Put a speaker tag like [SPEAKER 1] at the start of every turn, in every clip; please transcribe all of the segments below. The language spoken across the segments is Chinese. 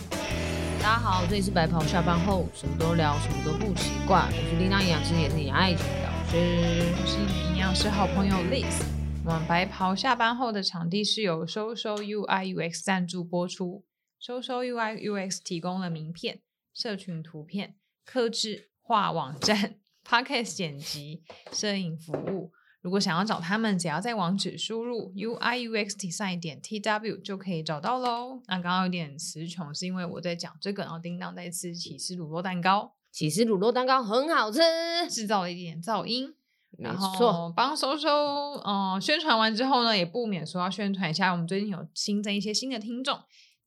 [SPEAKER 1] 大家好，这里是白袍下班后，什么都聊，什么都不奇怪。我是叮当营养师，也是营养爱情的老师。
[SPEAKER 2] 我是你的营养师好朋友 Liz。我们白袍下班后的场地是由 Social UI UX 赞助播出，Social UI UX 提供了名片、社群图片、客制化网站、Podcast 剪辑、摄影服务。如果想要找他们，只要在网址输入 UI UX Design 点 TW 就可以找到喽。那刚刚有点词穷，是因为我在讲这个，然后叮当在吃起司乳酪蛋糕，
[SPEAKER 1] 其实乳酪蛋糕很好吃，
[SPEAKER 2] 制造了一点噪音。
[SPEAKER 1] 没
[SPEAKER 2] 然
[SPEAKER 1] 错，
[SPEAKER 2] 后帮收收，嗯、宣传完之后呢，也不免说要宣传一下，我们最近有新增一些新的听众，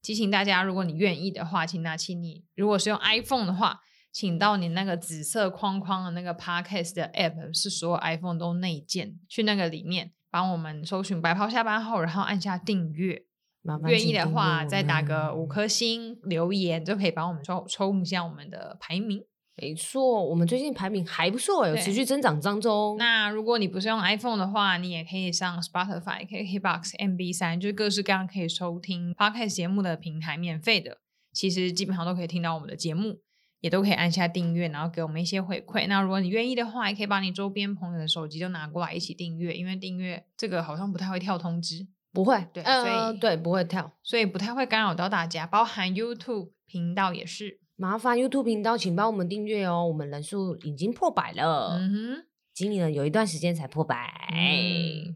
[SPEAKER 2] 提醒大家，如果你愿意的话，请拿起你，如果是用 iPhone 的话，请到你那个紫色框框的那个 Podcast 的 App，是所有 iPhone 都内建，去那个里面帮我们搜寻“白袍下班后”，然后按下订阅，
[SPEAKER 1] 麻烦
[SPEAKER 2] 愿意
[SPEAKER 1] 请
[SPEAKER 2] 的
[SPEAKER 1] 订阅
[SPEAKER 2] 话
[SPEAKER 1] 我
[SPEAKER 2] 再打
[SPEAKER 1] 们啊
[SPEAKER 2] 个五。颗星留言，就可以帮我们抽抽一下我们的排名。
[SPEAKER 1] 没错，我们最近排名还不错，有
[SPEAKER 2] 对
[SPEAKER 1] 持续增长当中。
[SPEAKER 2] 那如果你不是用 iPhone 的话，你也可以上 Spotify、KKBox、MB 三，就是各式各样可以收听 Podcast 节目的平台，免费的，其实基本上都可以听到我们的节目，也都可以按下订阅，然后给我们一些回馈。那如果你愿意的话，也可以把你周边朋友的手机都拿过来一起订阅，因为订阅这个好像不太会跳通知，
[SPEAKER 1] 不会，
[SPEAKER 2] 对
[SPEAKER 1] 呃，
[SPEAKER 2] 所以
[SPEAKER 1] 对，不会跳。
[SPEAKER 2] 所以不太会干扰到大家，包含 YouTube 频道也是。
[SPEAKER 1] 麻烦 YouTube 频道，请帮我们订阅哦，我们人数已经破百了。
[SPEAKER 2] 嗯哼。
[SPEAKER 1] 经理呢，有一段时间才破百。哎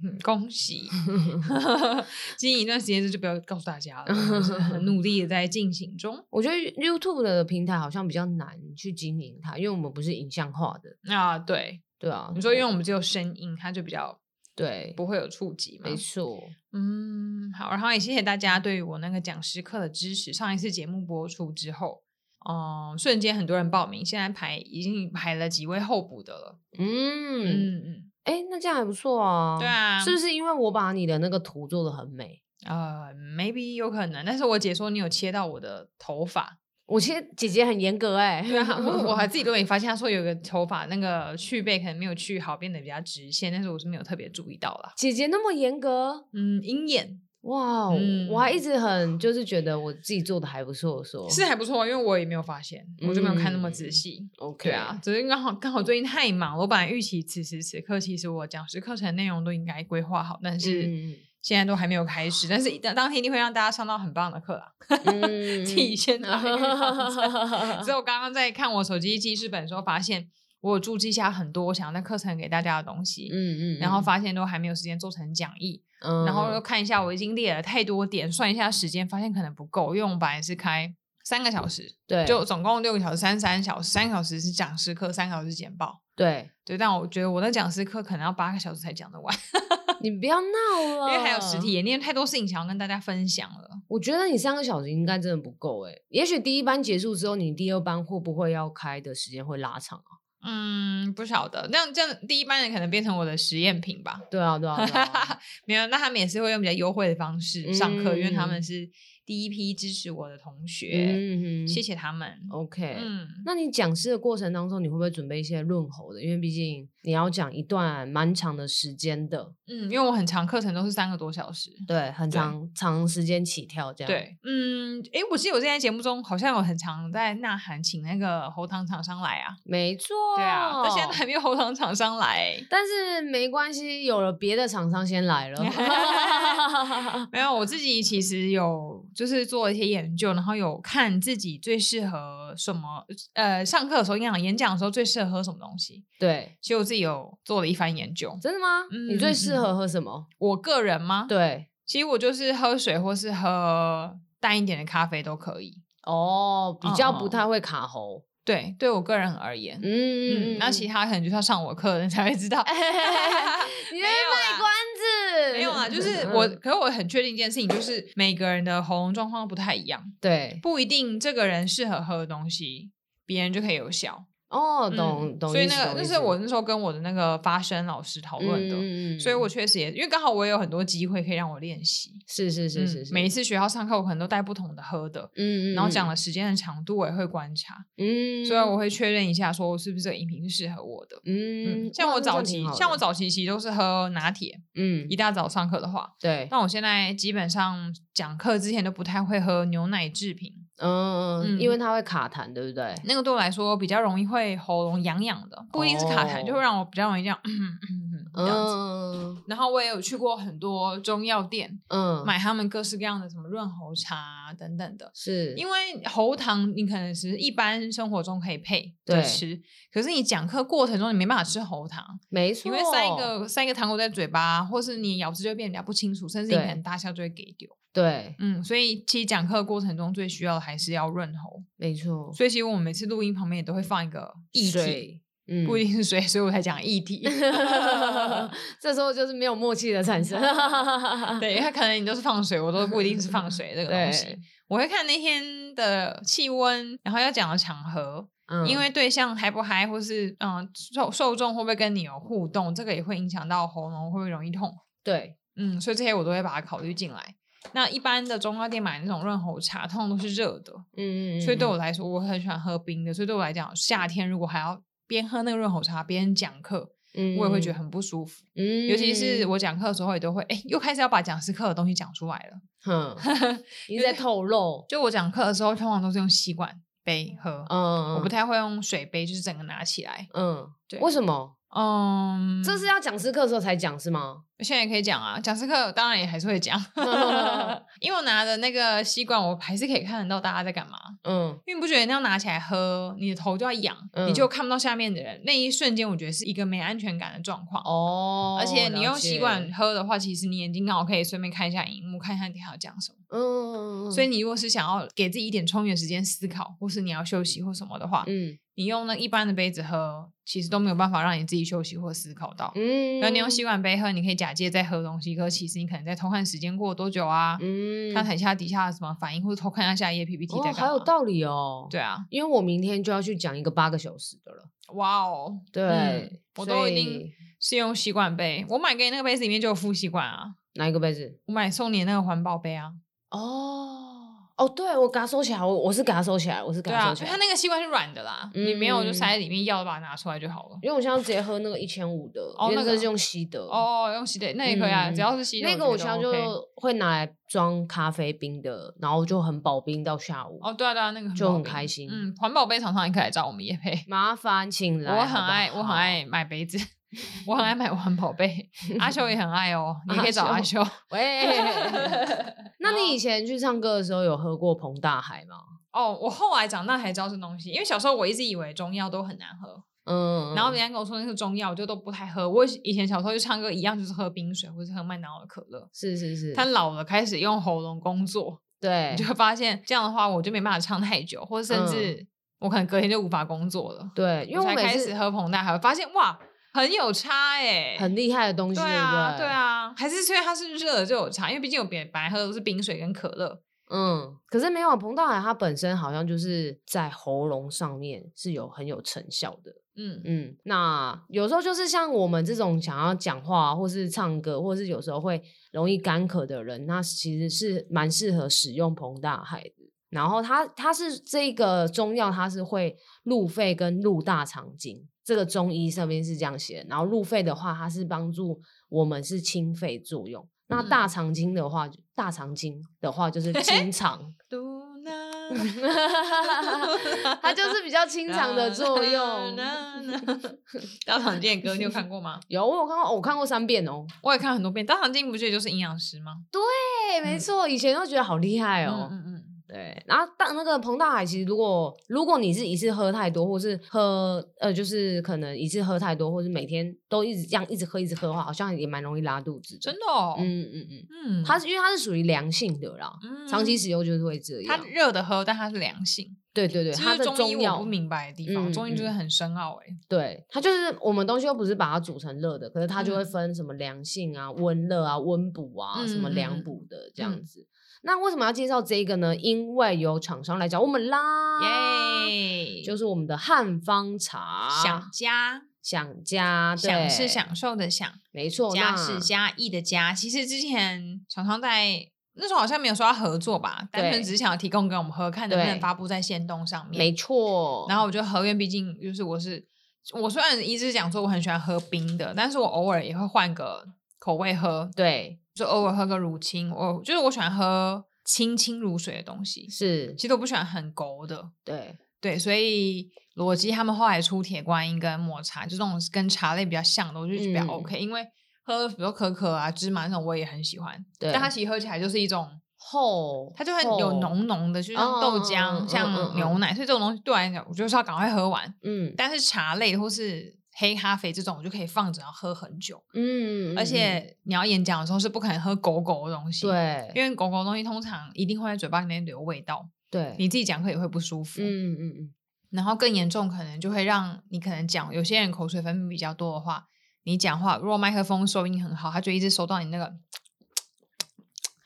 [SPEAKER 2] 嗯， 恭喜！经营一段时间，这就不要告诉大家了，我们是 很努力的在进行中。
[SPEAKER 1] 我觉得 YouTube 的平台好像比较难去经营它，因为我们不是影像化的，
[SPEAKER 2] 啊，对，
[SPEAKER 1] 对啊。
[SPEAKER 2] 你说因为我们只有声音，它就比较
[SPEAKER 1] 对，
[SPEAKER 2] 不会有触及嘛
[SPEAKER 1] 没。错，
[SPEAKER 2] 嗯，好，然后也谢谢大家对于我那个讲师课的支持。上一次节目播出之后，嗯、瞬间很多人报名，现在排已经排了几位候补的了。
[SPEAKER 1] 嗯，
[SPEAKER 2] 嗯嗯，
[SPEAKER 1] 哎、那这样还不错啊。
[SPEAKER 2] 对啊
[SPEAKER 1] 是不是因为我把你的那个图做的很美？
[SPEAKER 2] 呃，maybe 有可能，但是我姐说你有切到我的头发，
[SPEAKER 1] 我其实姐姐很严格哎、
[SPEAKER 2] 对啊，我我还自己都没发现，他说有个头发那个去背可能没有去好，变得比较直线，但是我是没有特别注意到啦。
[SPEAKER 1] 姐姐那么严格，
[SPEAKER 2] 嗯，鹰眼
[SPEAKER 1] 哇、哦
[SPEAKER 2] 嗯
[SPEAKER 1] 我还一直很就是觉得我自己做的还不错，说
[SPEAKER 2] 是还不错，因为我也没有发现，我就没有看那么仔
[SPEAKER 1] 哦嗯
[SPEAKER 2] 细。
[SPEAKER 1] OK
[SPEAKER 2] 对啊，，只是刚好刚好最近太忙了，我本来预期此时此刻，其实我讲师课程内容都应该规划好，但是
[SPEAKER 1] 嗯
[SPEAKER 2] 现在都还没有开始。但是当当天一定会让大家上到很棒的课啦，
[SPEAKER 1] 嗯，
[SPEAKER 2] 自 己先打预防针。
[SPEAKER 1] 嗯
[SPEAKER 2] 所以我刚刚在看我手机记事本的时候，发现我有注记下很多我想要在课程给大家的东西。
[SPEAKER 1] 嗯嗯，
[SPEAKER 2] 然后发现都还没有时间做成讲义，
[SPEAKER 1] 嗯，
[SPEAKER 2] 然后又看一下我已经列了太多点，算一下时间，发现可能不够，因为我们本来是开三个小时，
[SPEAKER 1] 对，
[SPEAKER 2] 就总共六个小时，三三小时，三个小时是讲师课，三个小时是简报。
[SPEAKER 1] 对
[SPEAKER 2] 对，但我觉得我那讲师课可能要八个小时才讲得完，
[SPEAKER 1] 你不要闹
[SPEAKER 2] 因
[SPEAKER 1] 了，
[SPEAKER 2] 为还有实
[SPEAKER 1] 嗯
[SPEAKER 2] 体演练，太多事情想要跟大家分享了。
[SPEAKER 1] 我觉得你三个小时应该真的不够哎、也许第一班结束之后，你第二班会不会要开的时间会拉长啊？
[SPEAKER 2] 嗯，不晓得，那这样第一班人可能变成我的实验品吧。
[SPEAKER 1] 对啊，对啊，对啊
[SPEAKER 2] 没有，那他们也是会用比较优惠的方式上课，因为他们
[SPEAKER 1] 嗯
[SPEAKER 2] 是第一批支持我的同学，
[SPEAKER 1] 嗯哼，
[SPEAKER 2] 谢谢他们。
[SPEAKER 1] OK，、
[SPEAKER 2] 嗯，
[SPEAKER 1] 那你讲师的过程当中，你会不会准备一些润喉的？因为毕竟你要讲一段蛮长的时间的，
[SPEAKER 2] 嗯，因为我很长课程都是三个多小时。
[SPEAKER 1] 对，很
[SPEAKER 2] 对
[SPEAKER 1] 长长时间起跳这样。，
[SPEAKER 2] 对，嗯，诶，我记得我之前在节目中好像有很常在呐喊，请那个喉糖厂商来啊。
[SPEAKER 1] 没错。
[SPEAKER 2] 对啊，到现在都还没有喉糖厂商来。
[SPEAKER 1] 但是没关系，有了别的厂商先来了。
[SPEAKER 2] 没有，我自己其实有就是做一些研究，然后有看自己最适合什么，呃，上课的时候营养演讲的时候最适合喝什么东西。
[SPEAKER 1] 对，
[SPEAKER 2] 其实我自己有做了一番研究。
[SPEAKER 1] 真的吗？你最
[SPEAKER 2] 嗯
[SPEAKER 1] 适合喝什么？
[SPEAKER 2] 我个人吗？，
[SPEAKER 1] 对，
[SPEAKER 2] 其实我就是喝水或是喝淡一点的咖啡都可以。
[SPEAKER 1] 哦，比较不
[SPEAKER 2] 哦
[SPEAKER 1] 太会卡喉。
[SPEAKER 2] 对，对我个人而言，
[SPEAKER 1] 嗯
[SPEAKER 2] 嗯，那其他可能就是要上我课的人才会 知道。
[SPEAKER 1] 你
[SPEAKER 2] 没
[SPEAKER 1] 在
[SPEAKER 2] 有
[SPEAKER 1] 卖
[SPEAKER 2] 啦
[SPEAKER 1] 关子？
[SPEAKER 2] 没有啊，就是我，
[SPEAKER 1] 嗯
[SPEAKER 2] 可是我很确定一件事情，就是每个人的喉咙状况不太一样，
[SPEAKER 1] 对
[SPEAKER 2] 不一定这个人适合喝的东西，别人就可以有效。
[SPEAKER 1] 哦，
[SPEAKER 2] 嗯
[SPEAKER 1] 懂懂
[SPEAKER 2] 所以
[SPEAKER 1] 意思。
[SPEAKER 2] 那个
[SPEAKER 1] 懂
[SPEAKER 2] 那
[SPEAKER 1] 意
[SPEAKER 2] 是
[SPEAKER 1] 思
[SPEAKER 2] 我那时候跟我的那个发声老师讨论的，
[SPEAKER 1] 嗯
[SPEAKER 2] 所以我确实也因为刚好我也有很多机会可以让我练习。
[SPEAKER 1] 是是是
[SPEAKER 2] 嗯
[SPEAKER 1] 是是，
[SPEAKER 2] 每一次学校上课，我可能都带不同的喝的，
[SPEAKER 1] 嗯，嗯
[SPEAKER 2] 然后讲，的时间的长度我也会观察，
[SPEAKER 1] 嗯，嗯
[SPEAKER 2] 所以我会确认一下，说是不是这个饮品是适合我的。
[SPEAKER 1] 嗯
[SPEAKER 2] 嗯，，像
[SPEAKER 1] 哇
[SPEAKER 2] 我
[SPEAKER 1] 那这
[SPEAKER 2] 早
[SPEAKER 1] 样
[SPEAKER 2] 期
[SPEAKER 1] 挺好，
[SPEAKER 2] 像我
[SPEAKER 1] 的
[SPEAKER 2] 早期其实都是喝拿铁，
[SPEAKER 1] 嗯
[SPEAKER 2] 一大早上课的话，
[SPEAKER 1] 对
[SPEAKER 2] 但我现在基本上讲课之前都不太会喝牛奶制品，
[SPEAKER 1] 嗯，
[SPEAKER 2] 嗯
[SPEAKER 1] 因为它会卡痰，对不对？
[SPEAKER 2] 那个对我来说比较容易会喉咙痒痒的，不一定是卡痰，
[SPEAKER 1] 哦
[SPEAKER 2] 就会让我比较容易这样，嗯这样子。
[SPEAKER 1] 嗯
[SPEAKER 2] 然后我也有去过很多中药店，
[SPEAKER 1] 嗯，
[SPEAKER 2] 买他们各式各样的什么润喉茶、啊、等等的。
[SPEAKER 1] 是
[SPEAKER 2] 因为喉糖你可能只是一般生活中可以配着
[SPEAKER 1] 对
[SPEAKER 2] 吃，可是你讲课过程中你没办法吃喉糖，
[SPEAKER 1] 没错，
[SPEAKER 2] 因为塞一
[SPEAKER 1] 哦
[SPEAKER 2] 个塞一个糖果在嘴巴，或是你咬字就会变得比较不清楚，甚至你可
[SPEAKER 1] 对
[SPEAKER 2] 能大笑就会给丢。
[SPEAKER 1] 对，
[SPEAKER 2] 嗯，所以其实讲课过程中最需要的还是要润喉。
[SPEAKER 1] 没错，
[SPEAKER 2] 所以其实我们每次录音旁边也都会放一个液体，
[SPEAKER 1] 水，嗯
[SPEAKER 2] 不一定是水，所以我才讲液体。
[SPEAKER 1] 这时候就是没有默契的产 生。嗯
[SPEAKER 2] 对，他可能你都是放水，我都不一定是 放水这个东西
[SPEAKER 1] 对。
[SPEAKER 2] 我会看那天的气温，然后要讲的场合，
[SPEAKER 1] 嗯
[SPEAKER 2] 因为对象嗨不嗨，或是嗯受受众会不会跟你有互动，这个也会影响到喉咙会不会容易痛。
[SPEAKER 1] 对
[SPEAKER 2] 嗯，所以这些我都会把它考虑进来。那一般的中药店买那种润喉茶，通常都是热的，
[SPEAKER 1] 嗯嗯，嗯
[SPEAKER 2] 所以对我
[SPEAKER 1] 嗯
[SPEAKER 2] 来说，我很喜欢喝冰的。所以对我来讲，夏天如果还要边喝那个润喉茶边讲课，
[SPEAKER 1] 嗯
[SPEAKER 2] 我也会觉得，很不舒服。
[SPEAKER 1] 嗯
[SPEAKER 2] 尤其是我讲课的时候，也都会哎、又开始要把讲师课的东西讲出来了。
[SPEAKER 1] 哼，一直在透露，
[SPEAKER 2] 就我讲课的时候，通常都是用吸管杯喝，
[SPEAKER 1] 嗯，
[SPEAKER 2] 我不太会用水杯，就是整个拿起来。
[SPEAKER 1] 嗯，
[SPEAKER 2] 对
[SPEAKER 1] 为什么？哦
[SPEAKER 2] 嗯，
[SPEAKER 1] 这是要讲师课的时候才讲是吗？
[SPEAKER 2] 现在也可以讲啊，讲师课当然也还是 会讲，因为我拿着那个吸管，我还是可以看得到大家在干嘛。
[SPEAKER 1] 嗯，
[SPEAKER 2] 因为你不觉得那样拿起来喝，你的头就要痒，
[SPEAKER 1] 嗯
[SPEAKER 2] 你就看不到下面的人。那一瞬间，我觉得是一个没安全感的状况。
[SPEAKER 1] 哦，
[SPEAKER 2] 而且你用吸
[SPEAKER 1] 了
[SPEAKER 2] 管
[SPEAKER 1] 解，
[SPEAKER 2] 喝的话，其实你眼睛刚好可以顺便看一下荧幕，看一下你还要讲什么。
[SPEAKER 1] 嗯嗯，嗯
[SPEAKER 2] 所以，你如果是想要给自己一点充裕的时间思考，或是你要休息或什么的话，
[SPEAKER 1] 嗯
[SPEAKER 2] 你用那一般的杯子喝，其实都没有办法让你自己休息或思考到。
[SPEAKER 1] 嗯，
[SPEAKER 2] 然后你用吸管杯喝，你可以假借在喝东西，可是其实你可能在偷看时间过了多久啊，
[SPEAKER 1] 嗯
[SPEAKER 2] 看台下底下什么反应，或者偷看一下下一页 PPT 在
[SPEAKER 1] 哦，
[SPEAKER 2] 干嘛。
[SPEAKER 1] 还有道理哦，，
[SPEAKER 2] 对啊，
[SPEAKER 1] 因为我明天就要去讲一个八个小时的了，
[SPEAKER 2] 哇哦，嗯
[SPEAKER 1] 对，
[SPEAKER 2] 我
[SPEAKER 1] 所
[SPEAKER 2] 都一定
[SPEAKER 1] 以
[SPEAKER 2] 是用吸管杯。我买给你那个杯子里面就有副吸管啊，
[SPEAKER 1] 哪一个杯子？
[SPEAKER 2] 我买送你的那个环保杯啊，
[SPEAKER 1] 哦哦，对我给它收起来，我我是给它收起来，我是给
[SPEAKER 2] 对
[SPEAKER 1] 它
[SPEAKER 2] 啊，
[SPEAKER 1] 收起
[SPEAKER 2] 因为
[SPEAKER 1] 来，
[SPEAKER 2] 它那个吸管是软的啦，你没有就
[SPEAKER 1] 嗯
[SPEAKER 2] 塞在里面，要的把它拿出来就好了。
[SPEAKER 1] 因为我现在直接喝那个一千五的，
[SPEAKER 2] 哦
[SPEAKER 1] 因
[SPEAKER 2] 那
[SPEAKER 1] 为
[SPEAKER 2] 个
[SPEAKER 1] 这是用吸的。
[SPEAKER 2] 哦，用吸的那也可以啊，
[SPEAKER 1] 嗯
[SPEAKER 2] 只要是吸的
[SPEAKER 1] 那个
[SPEAKER 2] 我
[SPEAKER 1] 我
[SPEAKER 2] 觉
[SPEAKER 1] 现
[SPEAKER 2] 得
[SPEAKER 1] 在
[SPEAKER 2] 都 OK
[SPEAKER 1] 就会拿来装咖啡冰的，然后就很保冰到下午。
[SPEAKER 2] 哦，对啊对啊，那个
[SPEAKER 1] 就
[SPEAKER 2] 保
[SPEAKER 1] 很
[SPEAKER 2] 冰
[SPEAKER 1] 开心
[SPEAKER 2] 嗯，环保杯厂商也可以来找我们也配。
[SPEAKER 1] 麻烦请来，
[SPEAKER 2] 我很爱，
[SPEAKER 1] 好不
[SPEAKER 2] 我
[SPEAKER 1] 好
[SPEAKER 2] 很，爱买杯 子，我很爱买环保杯。阿修也很爱哦，你也可以找
[SPEAKER 1] 阿
[SPEAKER 2] 阿修。
[SPEAKER 1] 喂， 那你以前去唱歌的时候有喝过彭大海吗？
[SPEAKER 2] 哦，我后来长大才知道这东西，因为小时候我一直以为中药都很难喝，
[SPEAKER 1] 嗯，
[SPEAKER 2] 然后人家跟我说那是中药，我就都不太喝。我以前小时候就唱歌一样，就是喝冰水或是喝麦当劳的可乐。
[SPEAKER 1] 是是是，
[SPEAKER 2] 但老了开始用喉咙工作，
[SPEAKER 1] 对
[SPEAKER 2] 你就会发现这样的话，我就没办法唱太久，或者甚至我可能隔天就无法工作了。
[SPEAKER 1] 对，因为
[SPEAKER 2] 嗯我
[SPEAKER 1] 我
[SPEAKER 2] 才
[SPEAKER 1] 每
[SPEAKER 2] 开
[SPEAKER 1] 次
[SPEAKER 2] 始喝膨大海，发现哇，很有差哎、
[SPEAKER 1] 很厉害的东西，
[SPEAKER 2] 对
[SPEAKER 1] 对
[SPEAKER 2] 啊，
[SPEAKER 1] 不
[SPEAKER 2] 对，啊，还是因为它是热的就有差，因为毕竟我别本来喝的都是冰水跟可乐，
[SPEAKER 1] 嗯，可是没有彭大海，它本身好像就是在喉咙上面是有很有成效的。
[SPEAKER 2] 嗯，
[SPEAKER 1] 嗯，那有时候就是像我们这种想要讲话或是唱歌，或是有时候会容易干咳的人，那其实是蛮适合使用膨大海的。然后它它是这个中药，它是会入肺跟入大肠经，这个中医上面是这样写的。然后入肺的话，它是帮助我们是清肺作用。那大
[SPEAKER 2] 嗯
[SPEAKER 1] 肠经的话，大肠经的话就是清肠，
[SPEAKER 2] 嘟呢
[SPEAKER 1] 它就是比较清
[SPEAKER 2] 啊
[SPEAKER 1] 肠的作
[SPEAKER 2] 嗯
[SPEAKER 1] 用。
[SPEAKER 2] 呢呢呢 大肠镜的歌你有看过吗？
[SPEAKER 1] 有我有看过，哦我看过三遍哦。
[SPEAKER 2] 我也看很多遍。大肠镜不就就是营养师吗？
[SPEAKER 1] 对，没
[SPEAKER 2] 嗯
[SPEAKER 1] 错，以前都觉得好厉害哦。
[SPEAKER 2] 嗯嗯
[SPEAKER 1] 对，然后大那个彭大海，其实如果如果你是一次喝太多，或是喝呃，就是可能一次喝太多，或是每天都一直这样一直喝一直喝的话，好像也蛮容易拉肚子的。
[SPEAKER 2] 真的哦，
[SPEAKER 1] 嗯嗯嗯，
[SPEAKER 2] 嗯
[SPEAKER 1] 它是因为它是属于良性的啦，长期
[SPEAKER 2] 嗯
[SPEAKER 1] 使用就是会这
[SPEAKER 2] 它
[SPEAKER 1] 样。
[SPEAKER 2] 热的喝，但它是良性。
[SPEAKER 1] 对对对，
[SPEAKER 2] 这
[SPEAKER 1] 它
[SPEAKER 2] 是
[SPEAKER 1] 的
[SPEAKER 2] 中医
[SPEAKER 1] 中
[SPEAKER 2] 我
[SPEAKER 1] 药
[SPEAKER 2] 不，明白的地方，
[SPEAKER 1] 嗯
[SPEAKER 2] 中医就是
[SPEAKER 1] 嗯
[SPEAKER 2] 很深奥哎、
[SPEAKER 1] 对它就是我们东西又不是把它煮成热的，可是它就会
[SPEAKER 2] 嗯
[SPEAKER 1] 分什么凉性啊、温热啊、温补啊、什么
[SPEAKER 2] 嗯嗯
[SPEAKER 1] 凉
[SPEAKER 2] 嗯
[SPEAKER 1] 补的这样
[SPEAKER 2] 嗯
[SPEAKER 1] 子。那为什么要介绍这一个呢？因为有厂商来找我们啦，
[SPEAKER 2] 耶、
[SPEAKER 1] 啊就是我们的汉方茶，
[SPEAKER 2] 想家。
[SPEAKER 1] 想家，
[SPEAKER 2] 享是
[SPEAKER 1] 对，
[SPEAKER 2] 享受的享，
[SPEAKER 1] 没错，
[SPEAKER 2] 家
[SPEAKER 1] 哦那
[SPEAKER 2] 是嘉义的家。其实之前常常在那时候好像没有说要合作吧，单纯
[SPEAKER 1] 对
[SPEAKER 2] 只是想要提供给我们喝，看能不能
[SPEAKER 1] 对
[SPEAKER 2] 发布在线动上面。
[SPEAKER 1] 没错，
[SPEAKER 2] 然
[SPEAKER 1] 后
[SPEAKER 2] 后我觉得合院，毕竟就是我是我虽然一直讲说我很喜欢喝冰的，但是我偶尔也会换个口味喝，
[SPEAKER 1] 对，
[SPEAKER 2] 就偶尔喝个乳清，我就是我喜欢喝清清如水的东西。
[SPEAKER 1] 是
[SPEAKER 2] 其实我不喜欢很勾的，
[SPEAKER 1] 对，
[SPEAKER 2] 对，所以裸肌他们后来出铁观音跟抹茶，就这种跟茶类比较像的，我就比较
[SPEAKER 1] 嗯
[SPEAKER 2] OK，、因为喝比如说可可啊、芝麻那种我也很喜欢，
[SPEAKER 1] 对
[SPEAKER 2] 但它其实喝起来就是一种。
[SPEAKER 1] 厚，
[SPEAKER 2] 它就很有
[SPEAKER 1] 厚
[SPEAKER 2] 浓，浓的，就像豆浆、
[SPEAKER 1] 嗯嗯嗯
[SPEAKER 2] 像牛奶，所以这种东西对我来讲，我就是要赶快喝完。
[SPEAKER 1] 嗯
[SPEAKER 2] 但是茶类或是黑咖啡这种，我就可以放着然后喝很久。
[SPEAKER 1] 嗯，
[SPEAKER 2] 而
[SPEAKER 1] 嗯
[SPEAKER 2] 且你要演讲的时候是不可能喝狗狗的东西，，
[SPEAKER 1] 对
[SPEAKER 2] 因为狗狗的东西通常一定会在嘴巴里面留味道，
[SPEAKER 1] 对，
[SPEAKER 2] 你自己讲课也会不舒服。
[SPEAKER 1] 嗯嗯嗯，
[SPEAKER 2] 然后更严重，可能就会让你可能讲有些人口水分泌比较多的话，你讲话如果麦克风收音很好，他就一直收到你那个，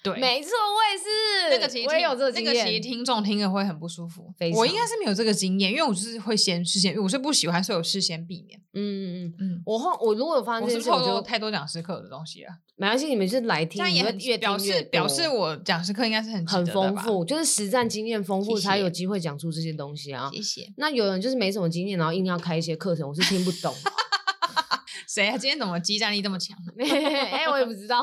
[SPEAKER 2] 对，
[SPEAKER 1] 没错，我也是，
[SPEAKER 2] 那个其实
[SPEAKER 1] 我也
[SPEAKER 2] 听
[SPEAKER 1] 有这经
[SPEAKER 2] 那个其实
[SPEAKER 1] 验
[SPEAKER 2] 听众听了会很不舒服
[SPEAKER 1] 非。
[SPEAKER 2] 我
[SPEAKER 1] 常
[SPEAKER 2] 应该是没有这个经验，因为我就是会先事先，我是不喜欢，所以我事先避免。
[SPEAKER 1] 嗯嗯嗯。
[SPEAKER 2] 嗯，
[SPEAKER 1] 我后我如果有发现
[SPEAKER 2] 我
[SPEAKER 1] 这
[SPEAKER 2] 是
[SPEAKER 1] 件
[SPEAKER 2] 不
[SPEAKER 1] 事，
[SPEAKER 2] 是透
[SPEAKER 1] 我
[SPEAKER 2] 露
[SPEAKER 1] 就
[SPEAKER 2] 太多讲师课的东西了，
[SPEAKER 1] 没关系，你们就是来
[SPEAKER 2] 这
[SPEAKER 1] 听，
[SPEAKER 2] 样
[SPEAKER 1] 你
[SPEAKER 2] 也
[SPEAKER 1] 们
[SPEAKER 2] 很
[SPEAKER 1] 越听
[SPEAKER 2] 表
[SPEAKER 1] 越
[SPEAKER 2] 示表示
[SPEAKER 1] 多
[SPEAKER 2] 我讲师课应该是很值
[SPEAKER 1] 很
[SPEAKER 2] 得的
[SPEAKER 1] 丰
[SPEAKER 2] 吧。
[SPEAKER 1] 富，就是实战经验丰富
[SPEAKER 2] 谢
[SPEAKER 1] 才有
[SPEAKER 2] 谢
[SPEAKER 1] 机会讲出这些东西啊。
[SPEAKER 2] 谢谢。
[SPEAKER 1] 那有人就是没什么经验，然后硬要开一些课程，我是听不懂。啊
[SPEAKER 2] 谁啊？今天怎么激战力这么强？
[SPEAKER 1] 哎、我也不知道。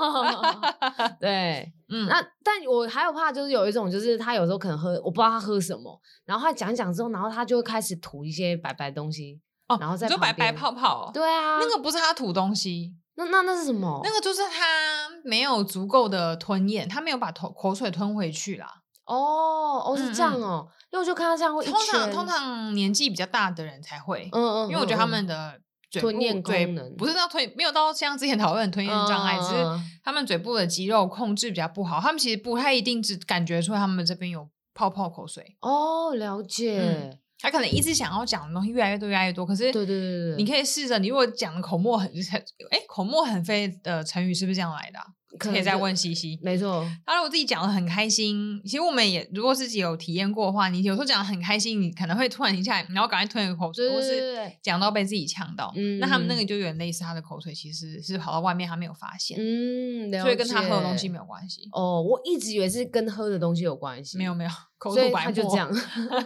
[SPEAKER 1] 对，
[SPEAKER 2] 嗯，
[SPEAKER 1] 那但我还有怕，就是有一种，就是他有时候可能喝，我不知道他喝什么，然后他讲一讲之后，然后他就会开始吐一些白白的东西。
[SPEAKER 2] 哦
[SPEAKER 1] 然后
[SPEAKER 2] 你
[SPEAKER 1] 在
[SPEAKER 2] 说白
[SPEAKER 1] 旁
[SPEAKER 2] 白
[SPEAKER 1] 边
[SPEAKER 2] 泡泡、哦，
[SPEAKER 1] 对啊，
[SPEAKER 2] 那个不是他吐东西，
[SPEAKER 1] 那那那是什么？
[SPEAKER 2] 那个就是他没有足够的吞咽，他没有把头口水吞回去啦。
[SPEAKER 1] 哦哦是这样
[SPEAKER 2] 嗯嗯
[SPEAKER 1] 哦，因为我就看他这样会一
[SPEAKER 2] 通常
[SPEAKER 1] 圈
[SPEAKER 2] 通常年纪比较大的人才会，
[SPEAKER 1] 嗯嗯，
[SPEAKER 2] 因为我觉得他
[SPEAKER 1] 嗯
[SPEAKER 2] 们的嘴
[SPEAKER 1] 吞
[SPEAKER 2] 部
[SPEAKER 1] 咽
[SPEAKER 2] 嘴
[SPEAKER 1] 功能
[SPEAKER 2] 不是到吞，没有到像之前讨论的吞咽障碍，
[SPEAKER 1] 嗯
[SPEAKER 2] 只
[SPEAKER 1] 嗯
[SPEAKER 2] 是
[SPEAKER 1] 嗯
[SPEAKER 2] 他们嘴部的肌肉控制比较不好，他们其实不太一定只感觉出来他们这边有泡泡口水，
[SPEAKER 1] 哦了
[SPEAKER 2] 嗯
[SPEAKER 1] 解，
[SPEAKER 2] 他可能一直想要讲的东西越来越多，越来越多，可是
[SPEAKER 1] 对对对对对
[SPEAKER 2] 你可以试着，你如果讲的口沫很哎口沫很飞的成语是不是这样来的啊、
[SPEAKER 1] 可
[SPEAKER 2] 可以
[SPEAKER 1] 能
[SPEAKER 2] 再
[SPEAKER 1] 就
[SPEAKER 2] 问西西。
[SPEAKER 1] 没错，
[SPEAKER 2] 他如果自己讲的很开心，其实我们也如果自己有体验过的话，你有时候讲的很开心，你可能会突然停下来，然后赶快吞一口水，
[SPEAKER 1] 对
[SPEAKER 2] 或
[SPEAKER 1] 对对
[SPEAKER 2] 是
[SPEAKER 1] 对对
[SPEAKER 2] 讲到被自己呛到。
[SPEAKER 1] 嗯
[SPEAKER 2] 那他们那个就有点类似，他的口水其实是跑到外面，他没有发现，
[SPEAKER 1] 嗯，
[SPEAKER 2] 所以跟他喝的东西没
[SPEAKER 1] 有。
[SPEAKER 2] 有关系。
[SPEAKER 1] 哦，我一直以为是跟喝的东西有关系，
[SPEAKER 2] 没有没有，口
[SPEAKER 1] 所
[SPEAKER 2] 吐
[SPEAKER 1] 以
[SPEAKER 2] 白
[SPEAKER 1] 他
[SPEAKER 2] 沫
[SPEAKER 1] 就这样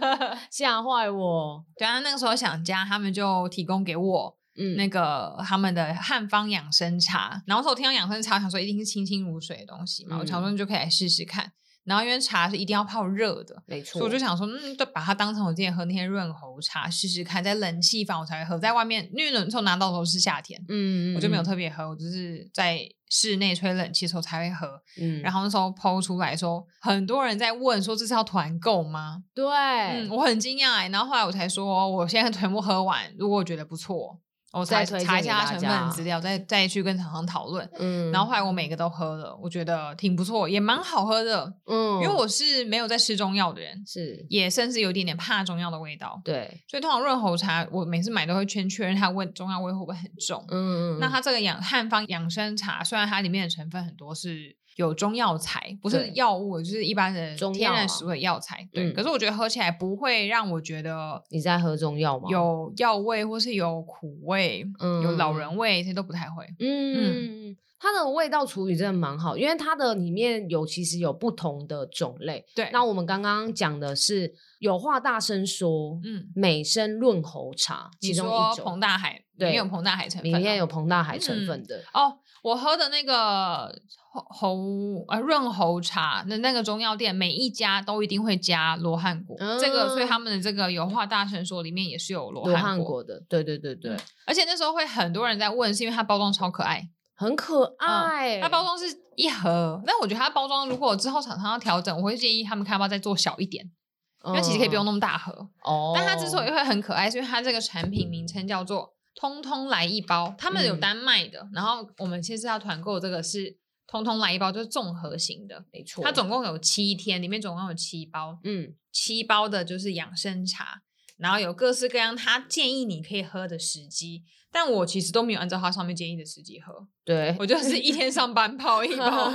[SPEAKER 1] 吓坏 我。
[SPEAKER 2] 对啊，那个时候想家，他们就提供给我
[SPEAKER 1] 嗯，
[SPEAKER 2] 那个他们的汉方养生茶。然后那时候我听到养生茶，想说一定是清清如水的东西嘛，我
[SPEAKER 1] 嗯
[SPEAKER 2] 想说你就可以来试试看。然后因为茶是一定要泡热的，
[SPEAKER 1] 没错，
[SPEAKER 2] 所以我就想说，嗯，就把它当成我之前喝那些润喉茶试试看，在冷气房我才会喝，在外面因为冷气我拿到的时候是夏天，
[SPEAKER 1] 嗯，嗯
[SPEAKER 2] 我就没
[SPEAKER 1] 嗯
[SPEAKER 2] 有特别喝，我就是在室内吹冷气的时候才会喝。
[SPEAKER 1] 嗯，
[SPEAKER 2] 然
[SPEAKER 1] 后
[SPEAKER 2] 后那时候剖出来说，很多人在问说这是要团购吗？
[SPEAKER 1] 对，
[SPEAKER 2] 嗯，我很惊讶、欸，然后后来我才说，我现在全部喝完，如果我觉得不错，我才
[SPEAKER 1] 再推荐
[SPEAKER 2] 查一下
[SPEAKER 1] 给
[SPEAKER 2] 它
[SPEAKER 1] 大
[SPEAKER 2] 成分
[SPEAKER 1] 家
[SPEAKER 2] 资料，再再去跟厂商讨论。
[SPEAKER 1] 嗯
[SPEAKER 2] 然后后来我每个都喝了，我觉得挺不错，也蛮好喝的。
[SPEAKER 1] 嗯，
[SPEAKER 2] 因为我是没有在吃中药的人，
[SPEAKER 1] 是
[SPEAKER 2] 也甚至有一点点怕中药的味道，
[SPEAKER 1] 对，
[SPEAKER 2] 所以通常润喉茶我每次买都会先确认它味中药味会不会很重。
[SPEAKER 1] 嗯，嗯
[SPEAKER 2] 那
[SPEAKER 1] 嗯
[SPEAKER 2] 它这个养汉方养生茶，虽然它里面的成分很多是有中药材，不是
[SPEAKER 1] 对
[SPEAKER 2] 药物，就是一般的
[SPEAKER 1] 中药
[SPEAKER 2] 天
[SPEAKER 1] 啊
[SPEAKER 2] 然食物的药材。对，
[SPEAKER 1] 嗯
[SPEAKER 2] 可是我觉得喝起来不会让我觉得
[SPEAKER 1] 你在喝中药吗？，
[SPEAKER 2] 有药味，或是有苦味、
[SPEAKER 1] 哦嗯
[SPEAKER 2] 有老人味，这些都不太会。
[SPEAKER 1] 嗯，它的味道处理真的蛮好，因为它的里面有其实有不同的种类。
[SPEAKER 2] 对，
[SPEAKER 1] 那我们刚刚讲的是有话大声说，
[SPEAKER 2] 嗯，
[SPEAKER 1] 美声润喉茶
[SPEAKER 2] 你
[SPEAKER 1] 其中
[SPEAKER 2] 说
[SPEAKER 1] 一
[SPEAKER 2] 彭
[SPEAKER 1] 种，
[SPEAKER 2] 大海里
[SPEAKER 1] 对
[SPEAKER 2] 面有彭大海成分、
[SPEAKER 1] 里
[SPEAKER 2] 啊，
[SPEAKER 1] 面有膨大海成分
[SPEAKER 2] 嗯
[SPEAKER 1] 的，
[SPEAKER 2] 哦，我喝的那个喉喉呃润喉茶的那个中药店，每一家都一定会加罗汉果。这个，所以他们的这个油画大神说里面也是有嗯罗
[SPEAKER 1] 罗
[SPEAKER 2] 汉
[SPEAKER 1] 汉
[SPEAKER 2] 果。
[SPEAKER 1] 果的，对对对对
[SPEAKER 2] 嗯，而且那时候会很多人在问，是因为它包装超可爱，
[SPEAKER 1] 很可爱。
[SPEAKER 2] 嗯它包装是一盒。但我觉得它包装如果之后厂商要调整，我会建议他们看要不要再做小一点，因为其实可以不用
[SPEAKER 1] 嗯
[SPEAKER 2] 那么大盒。
[SPEAKER 1] 哦。
[SPEAKER 2] 但它之所以会很可爱，是因为它这个产品名称叫做“通通来一包”，他们有
[SPEAKER 1] 嗯
[SPEAKER 2] 单卖的，然后我们现在要团购这个是“通通来一包”，就是综合型的。
[SPEAKER 1] 没错，
[SPEAKER 2] 它总共有七天，里面总共有七包，
[SPEAKER 1] 嗯
[SPEAKER 2] 七包的就是养生茶，然后有各式各样他建议你可以喝的时机，但我其实都没有按照它上面建议的时机喝，
[SPEAKER 1] 对
[SPEAKER 2] 我就是一天上班泡 一包。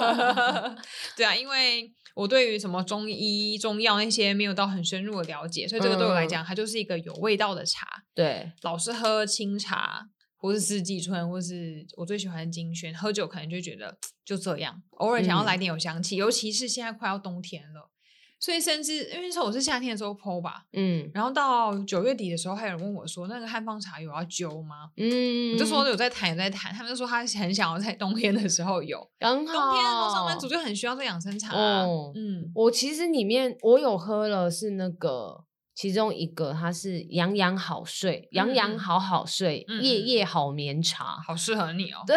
[SPEAKER 2] 对啊，因为我对于什么中医、中药那些没有到很深入的了解，所以这个对我来讲，它就是一个有味道的茶。
[SPEAKER 1] 对
[SPEAKER 2] 老是喝清茶，或是四季春，或是我最喜欢的金萱，喝酒可能就觉得嘖就这样，偶尔想要来点有香气，尤其是现在快要冬天了。所以甚至因为那时候我是夏天的时候剖吧，
[SPEAKER 1] 嗯
[SPEAKER 2] 然后到九月底的时候，还有人问我说，那个汉方茶有要灸吗？
[SPEAKER 1] 嗯，
[SPEAKER 2] 我就说有在谈有在谈，他们就说他很想要在冬天的时候有，
[SPEAKER 1] 很好。
[SPEAKER 2] 冬天的时候上班族就很需要这养生茶、啊。
[SPEAKER 1] 哦
[SPEAKER 2] 嗯，
[SPEAKER 1] 我其实里面我有喝了是那个其中一个，它是养养好睡，养
[SPEAKER 2] 嗯嗯
[SPEAKER 1] 养好好睡，
[SPEAKER 2] 嗯
[SPEAKER 1] 夜
[SPEAKER 2] 嗯
[SPEAKER 1] 夜好眠茶。
[SPEAKER 2] 好适合你哦。
[SPEAKER 1] 对，